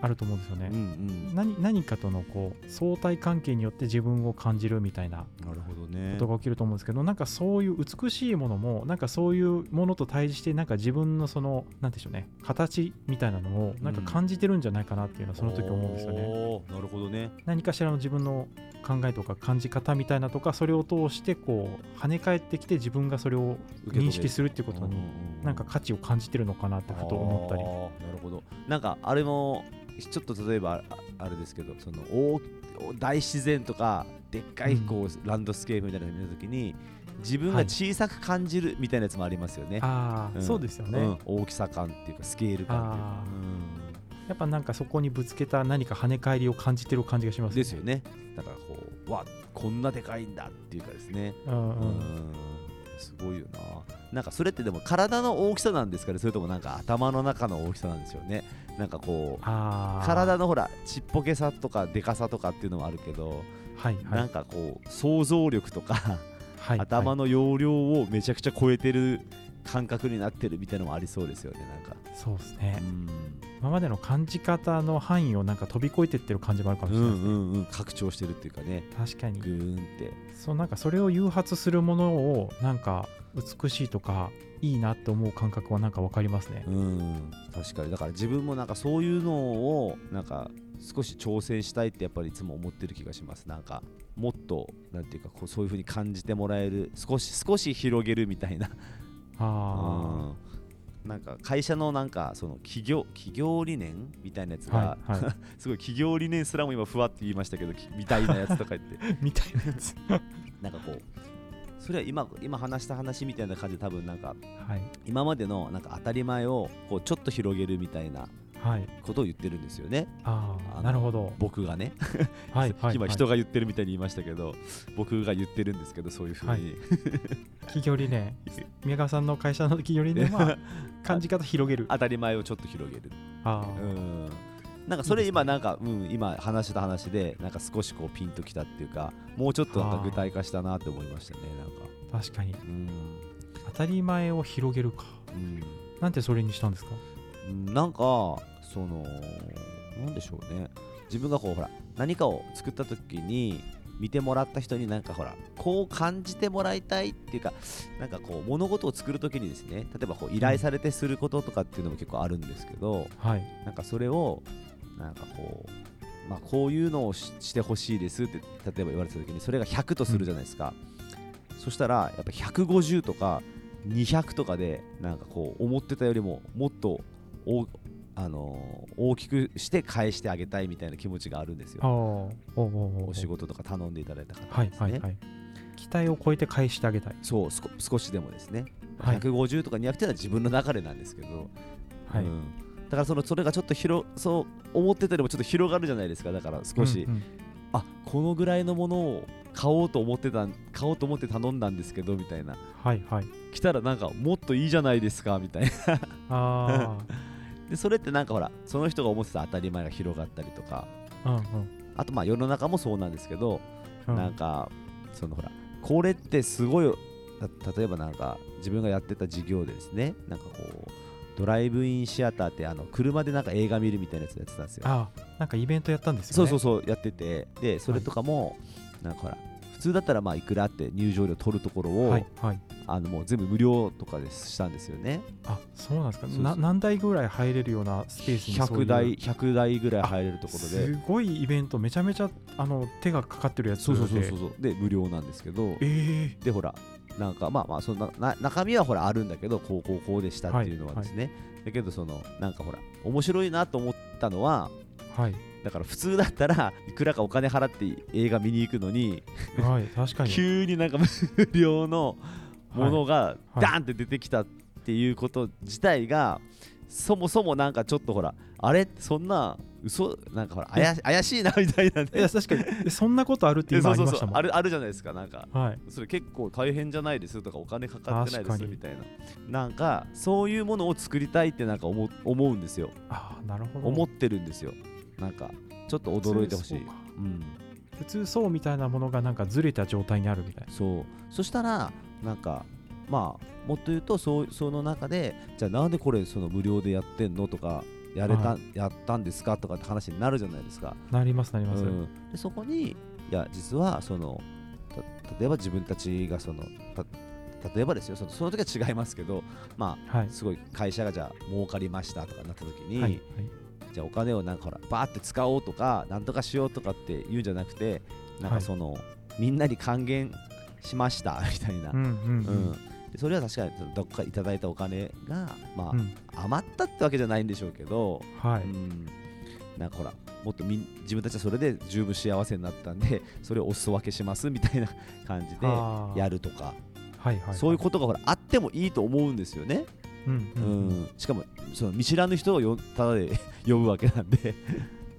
Speaker 1: あると思うんですよ
Speaker 2: う
Speaker 1: ね
Speaker 2: んう。ん
Speaker 1: 何何かとのこう相対関係によって自分を感じるみたいな
Speaker 2: なるほ
Speaker 1: こ
Speaker 2: どね
Speaker 1: とが起きると思うんですけど、なんかそういう美しいものもなんかそういうものと対峙してなんか自分のその何でしょうね形みたいなのをなんか感じてるんじゃないかなっていうのはその時思うんですよね。
Speaker 2: おーなるほどね
Speaker 1: 何かしらの自分の考えとか感じ方みたいなとかそれを通してこう跳ね返ってきて自分がそれを認識するっていうことになんか価値を感じてるのかなってふと思ったり
Speaker 2: あーなるほどなんかあれもちょっと例えばああれですけどその大大自然とかでっかいこう、ランドスケープみたいなの見た時に自分が小さく感じるみたいなやつもありますよね、
Speaker 1: ああ、
Speaker 2: うん
Speaker 1: そうですよね、
Speaker 2: うん大きさ感っていうかスケール感っていう
Speaker 1: あ
Speaker 2: か
Speaker 1: やっぱなんかそこにぶつけた何か跳ね返りを感じてる感じがし
Speaker 2: う
Speaker 1: ま
Speaker 2: ん
Speaker 1: す
Speaker 2: ですよねだからこうわこんなでかいんだっていうかですね
Speaker 1: うん
Speaker 2: う
Speaker 1: うん
Speaker 2: んすごいよななんかそれってでも体の大きさなんですかねそれともなんか頭の中の大きさなんですよねなんかこう
Speaker 1: ああ
Speaker 2: 体のほらちっぽけさとかでかさとかっていうのもあるけど、
Speaker 1: はいは
Speaker 2: なん
Speaker 1: い
Speaker 2: かこう想像力とか、
Speaker 1: はい
Speaker 2: 頭
Speaker 1: の、
Speaker 2: の容量をめちゃくちゃ超えてる感覚になってるみたいなのもありそうですよねなんか
Speaker 1: そうですね
Speaker 2: うん
Speaker 1: 今までの感じ方の範囲をなんか飛び越えてってる感じもあるかもし
Speaker 2: う
Speaker 1: れないで
Speaker 2: ん
Speaker 1: す
Speaker 2: う
Speaker 1: ね、
Speaker 2: んうん拡張してるっていうかね
Speaker 1: 確かに
Speaker 2: ぐーんって
Speaker 1: そうなんかそれを誘発するものをなんか美しいとかいいなって思う感覚はなんかわかりますね、
Speaker 2: うん確かにだから自分もなんかそういうのをなんか少し挑戦したいってやっぱりいつも思ってる気がしますなんかもっとなんていうかこうそういう風に感じてもらえる少し少し広げるみたいな
Speaker 1: あ
Speaker 2: うんなんか会社のなんかその企業企業理念みたいなやつ
Speaker 1: あは
Speaker 2: が、
Speaker 1: いは
Speaker 2: すごい企業理念すらも 今ふわって言いましたけどきみたいなやつとか言って
Speaker 1: いみたいなやつ
Speaker 2: なんかこうそれは今今話した話みたいな感じで多分なんか
Speaker 1: はい
Speaker 2: 今までのなんか当たり前をこうちょっと広げるみたいな
Speaker 1: はい
Speaker 2: ことを言ってるんですよね
Speaker 1: あ
Speaker 2: あ
Speaker 1: あ
Speaker 2: の
Speaker 1: なるほど
Speaker 2: 僕がね、
Speaker 1: はいはい、
Speaker 2: 今
Speaker 1: はい
Speaker 2: 人が言ってるみたいに言いましたけど、僕が言ってるんですけどそういうふうに、
Speaker 1: はい企業理念宮川さんの会社の企業理念 は感じ方広げる
Speaker 2: 当たり前をちょっと広げる
Speaker 1: あ
Speaker 2: う
Speaker 1: ー
Speaker 2: んなんかそれ今なんかうん、今話した話でなんか少しこうピンときたっていうかもうちょっとなんか具体化したなって思いましたねなんか
Speaker 1: 確かに
Speaker 2: うん
Speaker 1: 当たり前を広げるか
Speaker 2: うん
Speaker 1: なんてそれにしたんですか
Speaker 2: うんなんかそのなんでしょうね自分がこうほら何かを作った時に見てもらった人になんかほらこう感じてもらいたいっていうかなんかこう物事を作る時にですね例えばこう依頼されてすることとかっていうのも結構あるんですけど
Speaker 1: はい
Speaker 2: なんかそれをなんかこう、まあ、こういうのをししてほしいですって例えば言われた時にそれが100とするじゃないですか、そしたらやっぱ150とか200とかでなんかこう思ってたよりももっと大,、あのー大きくして返してあげたいみたいな気持ちがあるんです
Speaker 1: あー
Speaker 2: よ
Speaker 1: おうおうおうお
Speaker 2: お
Speaker 1: う
Speaker 2: 仕事とか頼んでいただいた方
Speaker 1: は
Speaker 2: に
Speaker 1: い
Speaker 2: ですね、
Speaker 1: はいはい期待を超えて返してあげたい
Speaker 2: そうすこ少しでもですね、
Speaker 1: はい
Speaker 2: 150とか200っていうのは自分の中でなんですけど、
Speaker 1: はい、
Speaker 2: うん、だからそのそれがちょっと広そう思ってたよりもちょっと広がるじゃないですかだから少し、
Speaker 1: うんうん
Speaker 2: あこのぐらいのものを買おうと思ってたん 買おうと思って頼んだんですけどみたいな
Speaker 1: はいはい
Speaker 2: 来たらなんかもっといいじゃないですかみたい な
Speaker 1: あ
Speaker 2: でそれってなんかほらその人が思ってた当たり前が広がったりとか
Speaker 1: あうんうん
Speaker 2: あとまあ世の中もそうなんですけど、
Speaker 1: うん
Speaker 2: なんかそのほらこれってすごいた例えばなんか自分がやってた事業でですねなんかこうドライブインシアターってあの車でなんか映画見るみたいなやつやってたんですよ
Speaker 1: ああなんかイベントやったんです
Speaker 2: そ
Speaker 1: よ
Speaker 2: う
Speaker 1: ね
Speaker 2: そうそうやっててでそれとかも、なんかほら普通だったらまあいくらって入場料取るところを、
Speaker 1: はいはい
Speaker 2: あのもう全部無料とかでしたんですよね
Speaker 1: あそうなんですか
Speaker 2: そうそう
Speaker 1: な何台ぐらい入れるようなスペースにそうい
Speaker 2: 100
Speaker 1: う
Speaker 2: 台100台ぐらい入れるところ
Speaker 1: す
Speaker 2: で
Speaker 1: ごいイベントめちゃめちゃあの手がかかってるやつで
Speaker 2: そうそうそうそうそうで無料なんですけど
Speaker 1: ええ
Speaker 2: でほらなんかまあまあそんなな中身はほらあるんだけどこうこうこうでしたっていうのはですね、だけどそのなんかほら面白いなと思ったのは
Speaker 1: はい
Speaker 2: だから普通だったらいくらかお金払って映画見に行くのに
Speaker 1: はい確 かに
Speaker 2: 急になんか無料のものが
Speaker 1: い
Speaker 2: ダーンって出てきたっていうこと自体がそもそもなんかちょっとほらあれそんな嘘なんかほら怪し怪しいなみたいなね
Speaker 1: いや確かに えそんなことあるって
Speaker 2: え
Speaker 1: 今
Speaker 2: そ
Speaker 1: あ
Speaker 2: う
Speaker 1: りました
Speaker 2: そうそう
Speaker 1: もん
Speaker 2: あるあるじゃないですかなんか
Speaker 1: はい
Speaker 2: それ結構大変じゃないですとかお金かかってないで
Speaker 1: 確
Speaker 2: す
Speaker 1: かに
Speaker 2: みたいななんかそういうものを作りたいってなんか思う思うんですよ
Speaker 1: ああなるほど
Speaker 2: 思ってるんですよなんかちょっと驚いてほしい
Speaker 1: 普通そうか
Speaker 2: うん
Speaker 1: 普通そうみたいなものがなんかずれた状態にあるみたい
Speaker 2: そうそしたらなんかまあもっと言うとそうその中でじゃあなんでこれその無料でやってんのとかやれた、
Speaker 1: は
Speaker 2: やったんですかとかって話になるじゃないですか、
Speaker 1: ななりますなり
Speaker 2: う
Speaker 1: ます、
Speaker 2: ん、でそこにいや実はそのた例えば自分たちがそのた例えばですよそのその時は違いますけどま
Speaker 1: はい
Speaker 2: あすごい会社がじゃあ儲かりましたとかなった時に、
Speaker 1: はいはい
Speaker 2: じゃあお金をなんかほらバーって使おうとかなんとかしようとかって言うんじゃなくてなん
Speaker 1: は
Speaker 2: か
Speaker 1: い
Speaker 2: その、みんなに還元しましたみたいな、
Speaker 1: うんうん
Speaker 2: う
Speaker 1: うんん
Speaker 2: でそれは確かにそのどっかいただいたお金が、まあ
Speaker 1: うん
Speaker 2: 余ったってわけじゃないんでしょうけど、
Speaker 1: はい、
Speaker 2: うんなんかほらもっとみん自分たちはそれで十分幸せになったんで それをお裾分けしますみたいな感じで
Speaker 1: あー
Speaker 2: やるとか、
Speaker 1: はいはい
Speaker 2: そういうことがほらあってもいいと思うんですよね、
Speaker 1: と、うん
Speaker 2: う
Speaker 1: うんんうん、
Speaker 2: しかもその見知らぬ人をよただで 呼ぶわけなんで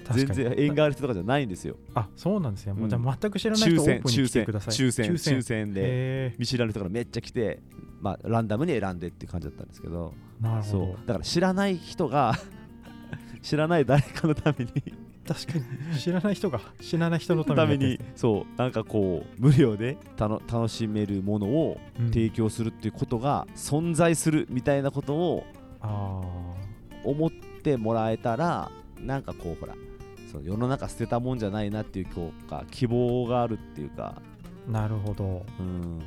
Speaker 1: 確
Speaker 2: 全
Speaker 1: かに
Speaker 2: 然縁がある人とかじゃないんですよ
Speaker 1: あそうなんですね、もう
Speaker 2: うん
Speaker 1: じゃあ全く知らない
Speaker 2: 抽
Speaker 1: 人オ
Speaker 2: 選
Speaker 1: ープン
Speaker 2: 抽
Speaker 1: に来
Speaker 2: 選
Speaker 1: てください
Speaker 2: 抽選抽選で
Speaker 1: へ
Speaker 2: 見知らぬ人からめっちゃ来て、まあ、ランダムに選んでって感じだったんですけど
Speaker 1: えなるほ
Speaker 2: そ
Speaker 1: ど
Speaker 2: うだから知らない 人が知らない誰かのために
Speaker 1: 確かに知らない人が知らない人のた
Speaker 2: た
Speaker 1: め
Speaker 2: め
Speaker 1: にやっ
Speaker 2: にそうなんかこう無料でたの楽しめるものを
Speaker 1: てるんですね、
Speaker 2: 提供するっていうことが存在するみたいなことを
Speaker 1: うん、あ
Speaker 2: 思ってもらえたらなんかこうほらその世の中捨てたもんじゃないなっていうこうか希望があるっていうか
Speaker 1: ーなるほど
Speaker 2: うん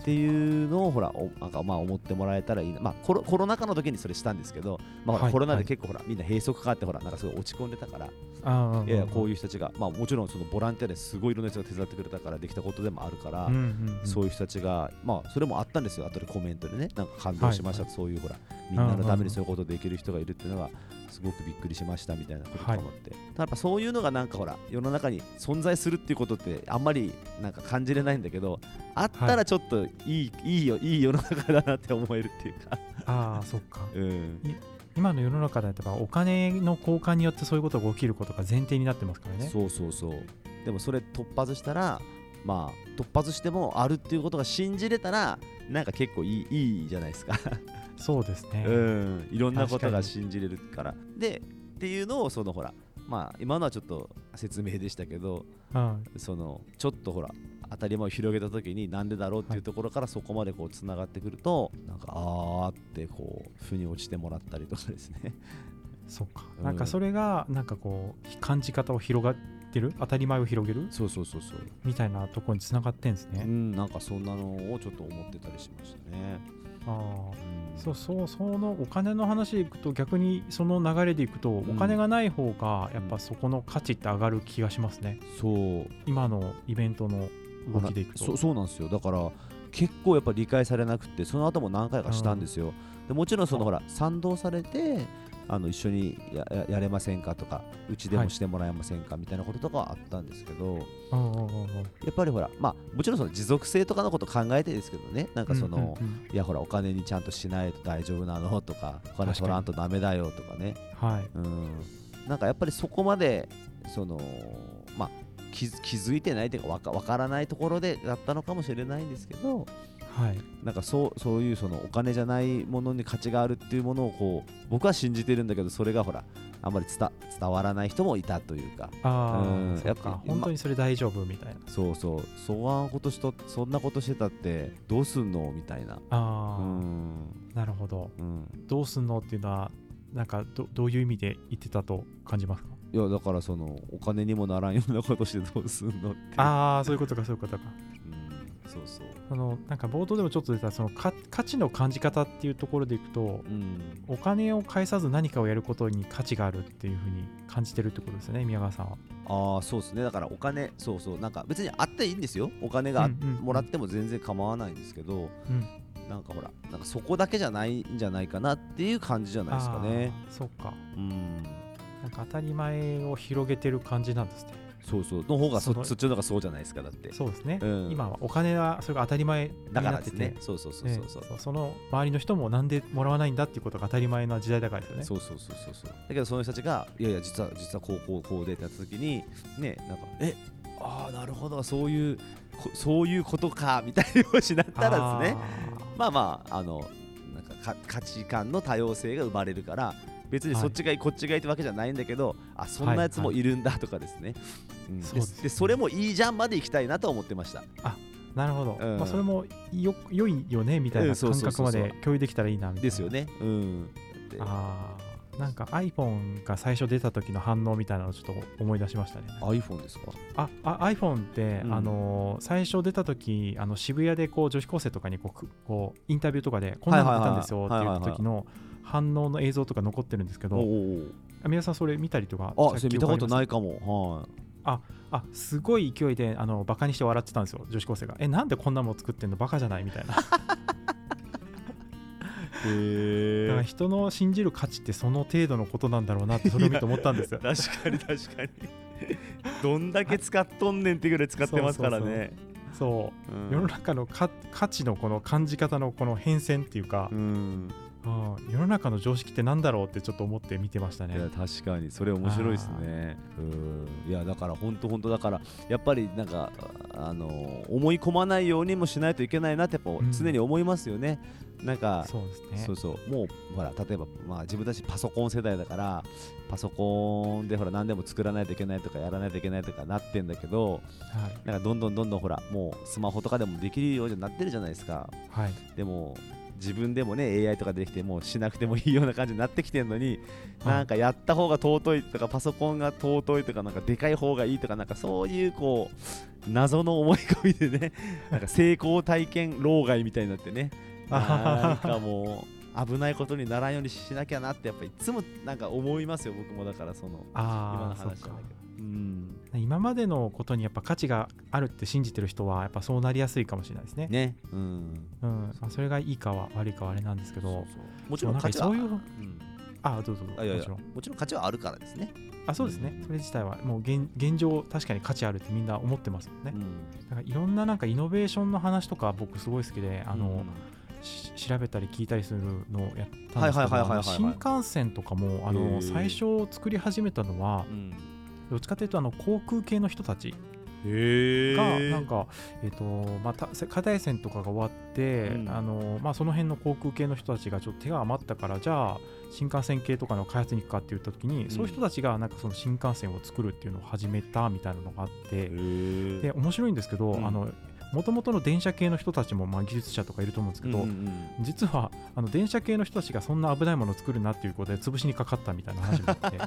Speaker 2: っていうのをほらおなんかまあ思ってもらえたらいいな、まあ、コロコロナ禍の時にそれしたんですけど、まあほら
Speaker 1: はい
Speaker 2: コロナ
Speaker 1: は
Speaker 2: で
Speaker 1: い
Speaker 2: 結構ほら、みんな閉塞感あってほらなんかすごい落ち込んでたから、
Speaker 1: あ
Speaker 2: いやいやこう
Speaker 1: い
Speaker 2: いう人たちが、まあ、もちろんそのボランティアですごいいろんな人が手伝ってくれたからできたことでもあるから、
Speaker 1: うんうんうん、
Speaker 2: そう
Speaker 1: い
Speaker 2: いう人たちが、まあ、それもあったんですよ、後でコメントでね、なんか感動しました、
Speaker 1: は
Speaker 2: そういうほら、みんなの
Speaker 1: う
Speaker 2: ため
Speaker 1: んうんう
Speaker 2: に
Speaker 1: ん
Speaker 2: そういうことできる人がいるっていうのは、すごくびっくりしましたみたいなことと思って、やっぱそういうのがなんかほら世の中に存在するっていうことってあんまりなんか感じれないんだけどあった
Speaker 1: は
Speaker 2: らちょっといい,、い、いよいい世の中だなって思えるっていうか、
Speaker 1: ああそっか
Speaker 2: うん、
Speaker 1: 今の世の中だとやっぱお金の交換によってそういうことが起きることが前提になってますからね
Speaker 2: そうそうそうでもそれ突破したらまあ突発してもあるっていうことが信じれたらなんか結構いいいいじゃないですか
Speaker 1: そうですね、
Speaker 2: うん、いろんなこと
Speaker 1: 確か
Speaker 2: が
Speaker 1: に
Speaker 2: 信じれるから。でっていうのをそのほらまあ今のはちょっと説明でしたけど
Speaker 1: うん
Speaker 2: そのちょっとほら当たり前を広げた時になんでだろうっていうところからそこまでこうつながってくると、なんかあーってこう腑に落ちてもらったりとかですね。
Speaker 1: そっか
Speaker 2: うん
Speaker 1: なんかそれがなんかこう感じ方を広がってる当たり前を広げる
Speaker 2: そうそうそうそう。
Speaker 1: みたいなところにつながってんです
Speaker 2: う
Speaker 1: ね、
Speaker 2: んなんかそんなのをちょっと思ってたりしましたね。
Speaker 1: ああ
Speaker 2: うん
Speaker 1: そうそうそのお金の話でいくと逆にその流れでいくとお
Speaker 2: ん
Speaker 1: 金がない方がやっぱそこの価値って上がる気がしますね、
Speaker 2: そう
Speaker 1: 今のイベントの動きでいく
Speaker 2: そ
Speaker 1: と
Speaker 2: うそうなんですよだから結構やっぱ理解されなくてその後も何回かしたんですよ、でもちろんそのほら賛同されてあの一緒にやややれませんかとかうちで
Speaker 1: は
Speaker 2: も
Speaker 1: い
Speaker 2: してもらえませんかみたいなこととかはあったんですけど、
Speaker 1: うんうんうんうん
Speaker 2: やっぱりほらまあもちろんその持続性とかのこと考えてですけどねなんかその、
Speaker 1: うんうん
Speaker 2: いやほらお金にちゃんとしないと大丈夫なのとか
Speaker 1: 確
Speaker 2: お金
Speaker 1: かに
Speaker 2: 取らんとダメだよとかね
Speaker 1: うんはい
Speaker 2: うんなんかやっぱりそこまでそのまあ気づ気づいてないというかわかわからないところでだったのかもしれないんですけど
Speaker 1: はい
Speaker 2: なんかそうそういうそのお金じゃないものに価値があるっていうものをこう僕は信じてるんだけどそれがほらあんまり伝伝わらない人もいたというか
Speaker 1: あ
Speaker 2: うん
Speaker 1: あそ
Speaker 2: や
Speaker 1: っ
Speaker 2: っ
Speaker 1: か
Speaker 2: ぱま
Speaker 1: 本当にそれ大丈夫みたいな
Speaker 2: そうそうそんなことしとそんなことしてたってどうすんのみたいなう
Speaker 1: あ
Speaker 2: ん
Speaker 1: あなるほど
Speaker 2: うん
Speaker 1: どうすんのっていうのはなんかどどういう意味で言ってたと感じますか
Speaker 2: いやだからそのお金にもならんようなことしてどうすんのって
Speaker 1: ああそういうことかそういうことか
Speaker 2: うんそうそう
Speaker 1: あのなんか冒頭でもちょっと出たそのか価値の感じ方っていうところでいくと
Speaker 2: うん
Speaker 1: お金を返さず何かをやることに価値があるっていうふうに感じてるってことですよね宮川さんは
Speaker 2: ああそうですねだからお金そうそうなんか別にあっていいんですよお金があ
Speaker 1: うんうんうん
Speaker 2: もらっても全然構わないんですけど、
Speaker 1: うん
Speaker 2: なんかほらなんかそこだけじゃないんじゃないかなっていう感じじゃないですかね
Speaker 1: あーそうか
Speaker 2: うん
Speaker 1: なんか当たり前を広げてる感じなんですね
Speaker 2: そうそうの方がそ
Speaker 1: その
Speaker 2: そっちの方がそうじゃないですかだって
Speaker 1: そうですね、
Speaker 2: うん
Speaker 1: 今はお金はそれが当たり前に
Speaker 2: だか
Speaker 1: な
Speaker 2: ら
Speaker 1: っ
Speaker 2: で
Speaker 1: て
Speaker 2: す
Speaker 1: て
Speaker 2: ねそうそうそうそうそう、
Speaker 1: ええその周りの人もなんでもらわないんだっていうことが当たり前な時代だからですよね
Speaker 2: そうそうそうそうそうだけどその人たちがいやいや実は実はこうこうこうでってやった時にねなんかえああなるほどそういうこそういうことかみたいなようになったらですねまあまああのなんかか価値観の多様性が生まれるから別に
Speaker 1: はい
Speaker 2: そっちがいい、こっちがいいってわけじゃないんだけどあそんなやつもいるんだとかですね、うん
Speaker 1: そうですね
Speaker 2: でそれもいいじゃんまで行きたいなと思ってました
Speaker 1: あーなるほど、
Speaker 2: うん
Speaker 1: まあ、それもよ良いよねみたい
Speaker 2: うん
Speaker 1: な
Speaker 2: そう
Speaker 1: 感
Speaker 2: そう
Speaker 1: 覚
Speaker 2: そうそ
Speaker 1: ま
Speaker 2: う
Speaker 1: で共有できたらいいなみたいな
Speaker 2: ですよねうんで
Speaker 1: あーなんか iPhone が最初出た時の反応みたいなのをちょっと思い出しましたね
Speaker 2: iPhone ですか
Speaker 1: ああ iPhone って、
Speaker 2: うん
Speaker 1: あのー最初出た時あの渋谷でこう女子高生とかにこうくこうインタビューとかでこんなのあったんですよって言った時の反応の映像とか残ってるんですけ
Speaker 2: お
Speaker 1: ど
Speaker 2: う
Speaker 1: あ皆さんそれ見たりとか
Speaker 2: おうあそれ見たことないいかもはい
Speaker 1: あすごい勢いであのバカにして笑ってたんですよ女子高生がえなんでこんなもん作ってんのバカじゃないみたいなだか
Speaker 2: へ
Speaker 1: ら人の信じる価値ってその程度のことなんだろうなってそれを見て思ったんですよ
Speaker 2: 確かに確かにどんだけ使っとんねんってぐらい使ってますからね
Speaker 1: そう世の中のか価値のこの感じ方のこの変遷っていうか
Speaker 2: う、ん、
Speaker 1: うん世の中の常識ってなんだろうってちょっと思って見てました
Speaker 2: いや
Speaker 1: ね。
Speaker 2: 確かにそれ面白いですねうんいやだから本当本当だからやっぱりなんかあの思い込まないようにもしないといけないなってやっぱ
Speaker 1: ん
Speaker 2: 常に思いますよね、なんか
Speaker 1: そうですね。
Speaker 2: そうそうもうほら例えば、まあ、自分たちパソコン世代だからパソコンでほら何でも作らないといけないとかやらないといけないとかなってんだけど
Speaker 1: はい、
Speaker 2: なんかどんどんどんどんほらもうスマホとかでもできるようになってるじゃないですか
Speaker 1: はい、
Speaker 2: でも自分でもね AI とかできてもうしなくてもいいような感じになってきてるのに、なんかやった方が尊いとかパソコンが尊いとかなんかでかい方がいいとかなんかそういうこう謎の思い込み でねなんか成功体験老害みたいになってね
Speaker 1: あはは
Speaker 2: なんかもう危ないことにならんようにしなきゃなってやっぱいつもなんか思いますよ僕もだからその今の
Speaker 1: ああ、そう
Speaker 2: 話じゃ
Speaker 1: か
Speaker 2: ない。けどうん
Speaker 1: 今までのことにやっぱ価値があるって信じてる人はやっぱそうなりやすいかもしれないですね。
Speaker 2: ねうん
Speaker 1: うん、まあそれがいいかは悪いかはあれなんですけど、
Speaker 2: そうそうもちろん
Speaker 1: なん
Speaker 2: 価
Speaker 1: か
Speaker 2: 値は
Speaker 1: そういう
Speaker 2: うん
Speaker 1: あどうぞどうぞ
Speaker 2: あいや
Speaker 1: も
Speaker 2: いや
Speaker 1: ちろん
Speaker 2: もちろん価値はあるからですね、
Speaker 1: あそうですねそれ自体はもう現現状確かに価値あるってみんな思ってますもんね、だからいろんななんかイノベーションの話とか僕すごい好きであの、し調べたり聞いたりするのをやったんですけ
Speaker 2: はいはいはい
Speaker 1: ど
Speaker 2: はい
Speaker 1: あ
Speaker 2: はい
Speaker 1: の新幹線とかもあ
Speaker 2: へ
Speaker 1: の
Speaker 2: ー
Speaker 1: 最初作り始めたのは
Speaker 2: うんうん
Speaker 1: どっちかというとあの航空系の人たち
Speaker 2: へえ
Speaker 1: がなんか、えっとまあ、た課題線とかが終わって、
Speaker 2: うん
Speaker 1: あのまあ、その辺の航空系の人たちがちょっと手が余ったからじゃあ新幹線系とかの開発に行くかって言った時に、
Speaker 2: ん
Speaker 1: そういう人たちがなんかその新幹線を作るっていうのを始めたみたいなのがあって、で
Speaker 2: で
Speaker 1: 面白いんですけど、
Speaker 2: うん
Speaker 1: あの元々の電車系の人たちも、まあ、技術者とかいると思うんですけど、実はあの電車系の人たちがそんな危ないものを作るなっていうことで潰しにかかったみたいな話 もあって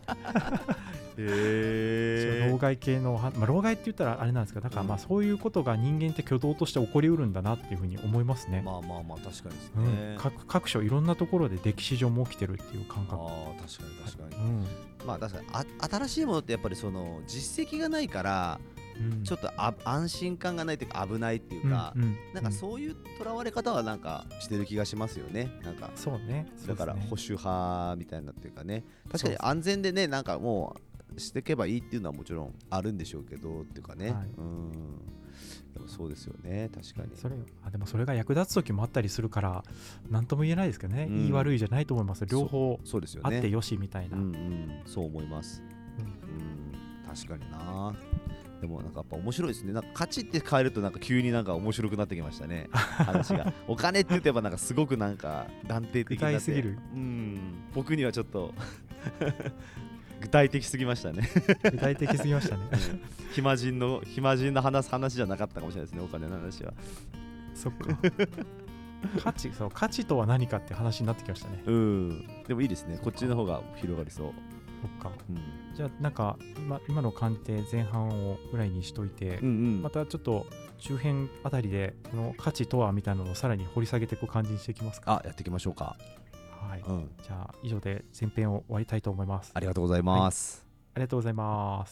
Speaker 1: 老害系のは、まあ、老害って言ったらあれなんですけどだからまあ
Speaker 2: うん
Speaker 1: そういうことが人間って挙動として起こりうるんだなっていうふうに思いますね。
Speaker 2: まあまあまあ確かにです
Speaker 1: うん
Speaker 2: ね、あ
Speaker 1: 各各所いろんなところで歴史上も起きてるっていう感覚。
Speaker 2: あ確かに確かに、
Speaker 1: うん
Speaker 2: まあ確かにあ新しいものってやっぱりその実績がないから
Speaker 1: うん
Speaker 2: ちょっとあ安心感がないというか危ないっていうか、
Speaker 1: うんうん
Speaker 2: なんかそういうとらわれ方はなんかしてる気がしますよねなんか
Speaker 1: うんそうね
Speaker 2: だから保
Speaker 1: そうです
Speaker 2: 守派みたいなっていうかね確
Speaker 1: そ
Speaker 2: か
Speaker 1: う
Speaker 2: に
Speaker 1: です
Speaker 2: 安全でねなんかもうしていけばいいっていうのはもちろんあるんでしょうけどっていうかね、
Speaker 1: はい
Speaker 2: うんでもそうですよね確かに
Speaker 1: ねそれあでもそれが役立つ時もあったりするから何とも言えないですけどね、
Speaker 2: うん
Speaker 1: いい悪いじゃないと思います両方
Speaker 2: そうですよ
Speaker 1: あ
Speaker 2: ね
Speaker 1: ってよしみたいな、
Speaker 2: うんうんそう思います
Speaker 1: うん
Speaker 2: うん確かになでもなんかやっぱ面白いですねなんか価値って変えるとなんか急になんか面白くなってきました ね話がお金って言ってやっぱなんかすごくなんか断定的になっ
Speaker 1: 具体
Speaker 2: て
Speaker 1: すぎる
Speaker 2: うん僕にはちょっと 具体的すぎましたね
Speaker 1: 具体的すぎましたね
Speaker 2: 暇人の暇人の話す話じゃなかったかもしれないですねお金の話は
Speaker 1: そっか価値そう価値とは何かって話になってきましたね
Speaker 2: うんでもいいですねこっちの方が広がりそう、
Speaker 1: そっか
Speaker 2: うん、
Speaker 1: じゃあなんか今今の鑑定前半をぐらいにしといて、
Speaker 2: うんうん
Speaker 1: またちょっと周辺あたりでこの価値とはみたいなのをさらに掘り下げていく感じにしていきますか
Speaker 2: あやっていきましょうか
Speaker 1: はい
Speaker 2: うん
Speaker 1: じゃあ以上で前編を終わりたいと思いますあ
Speaker 2: ありがとうございます、
Speaker 1: りがとうございます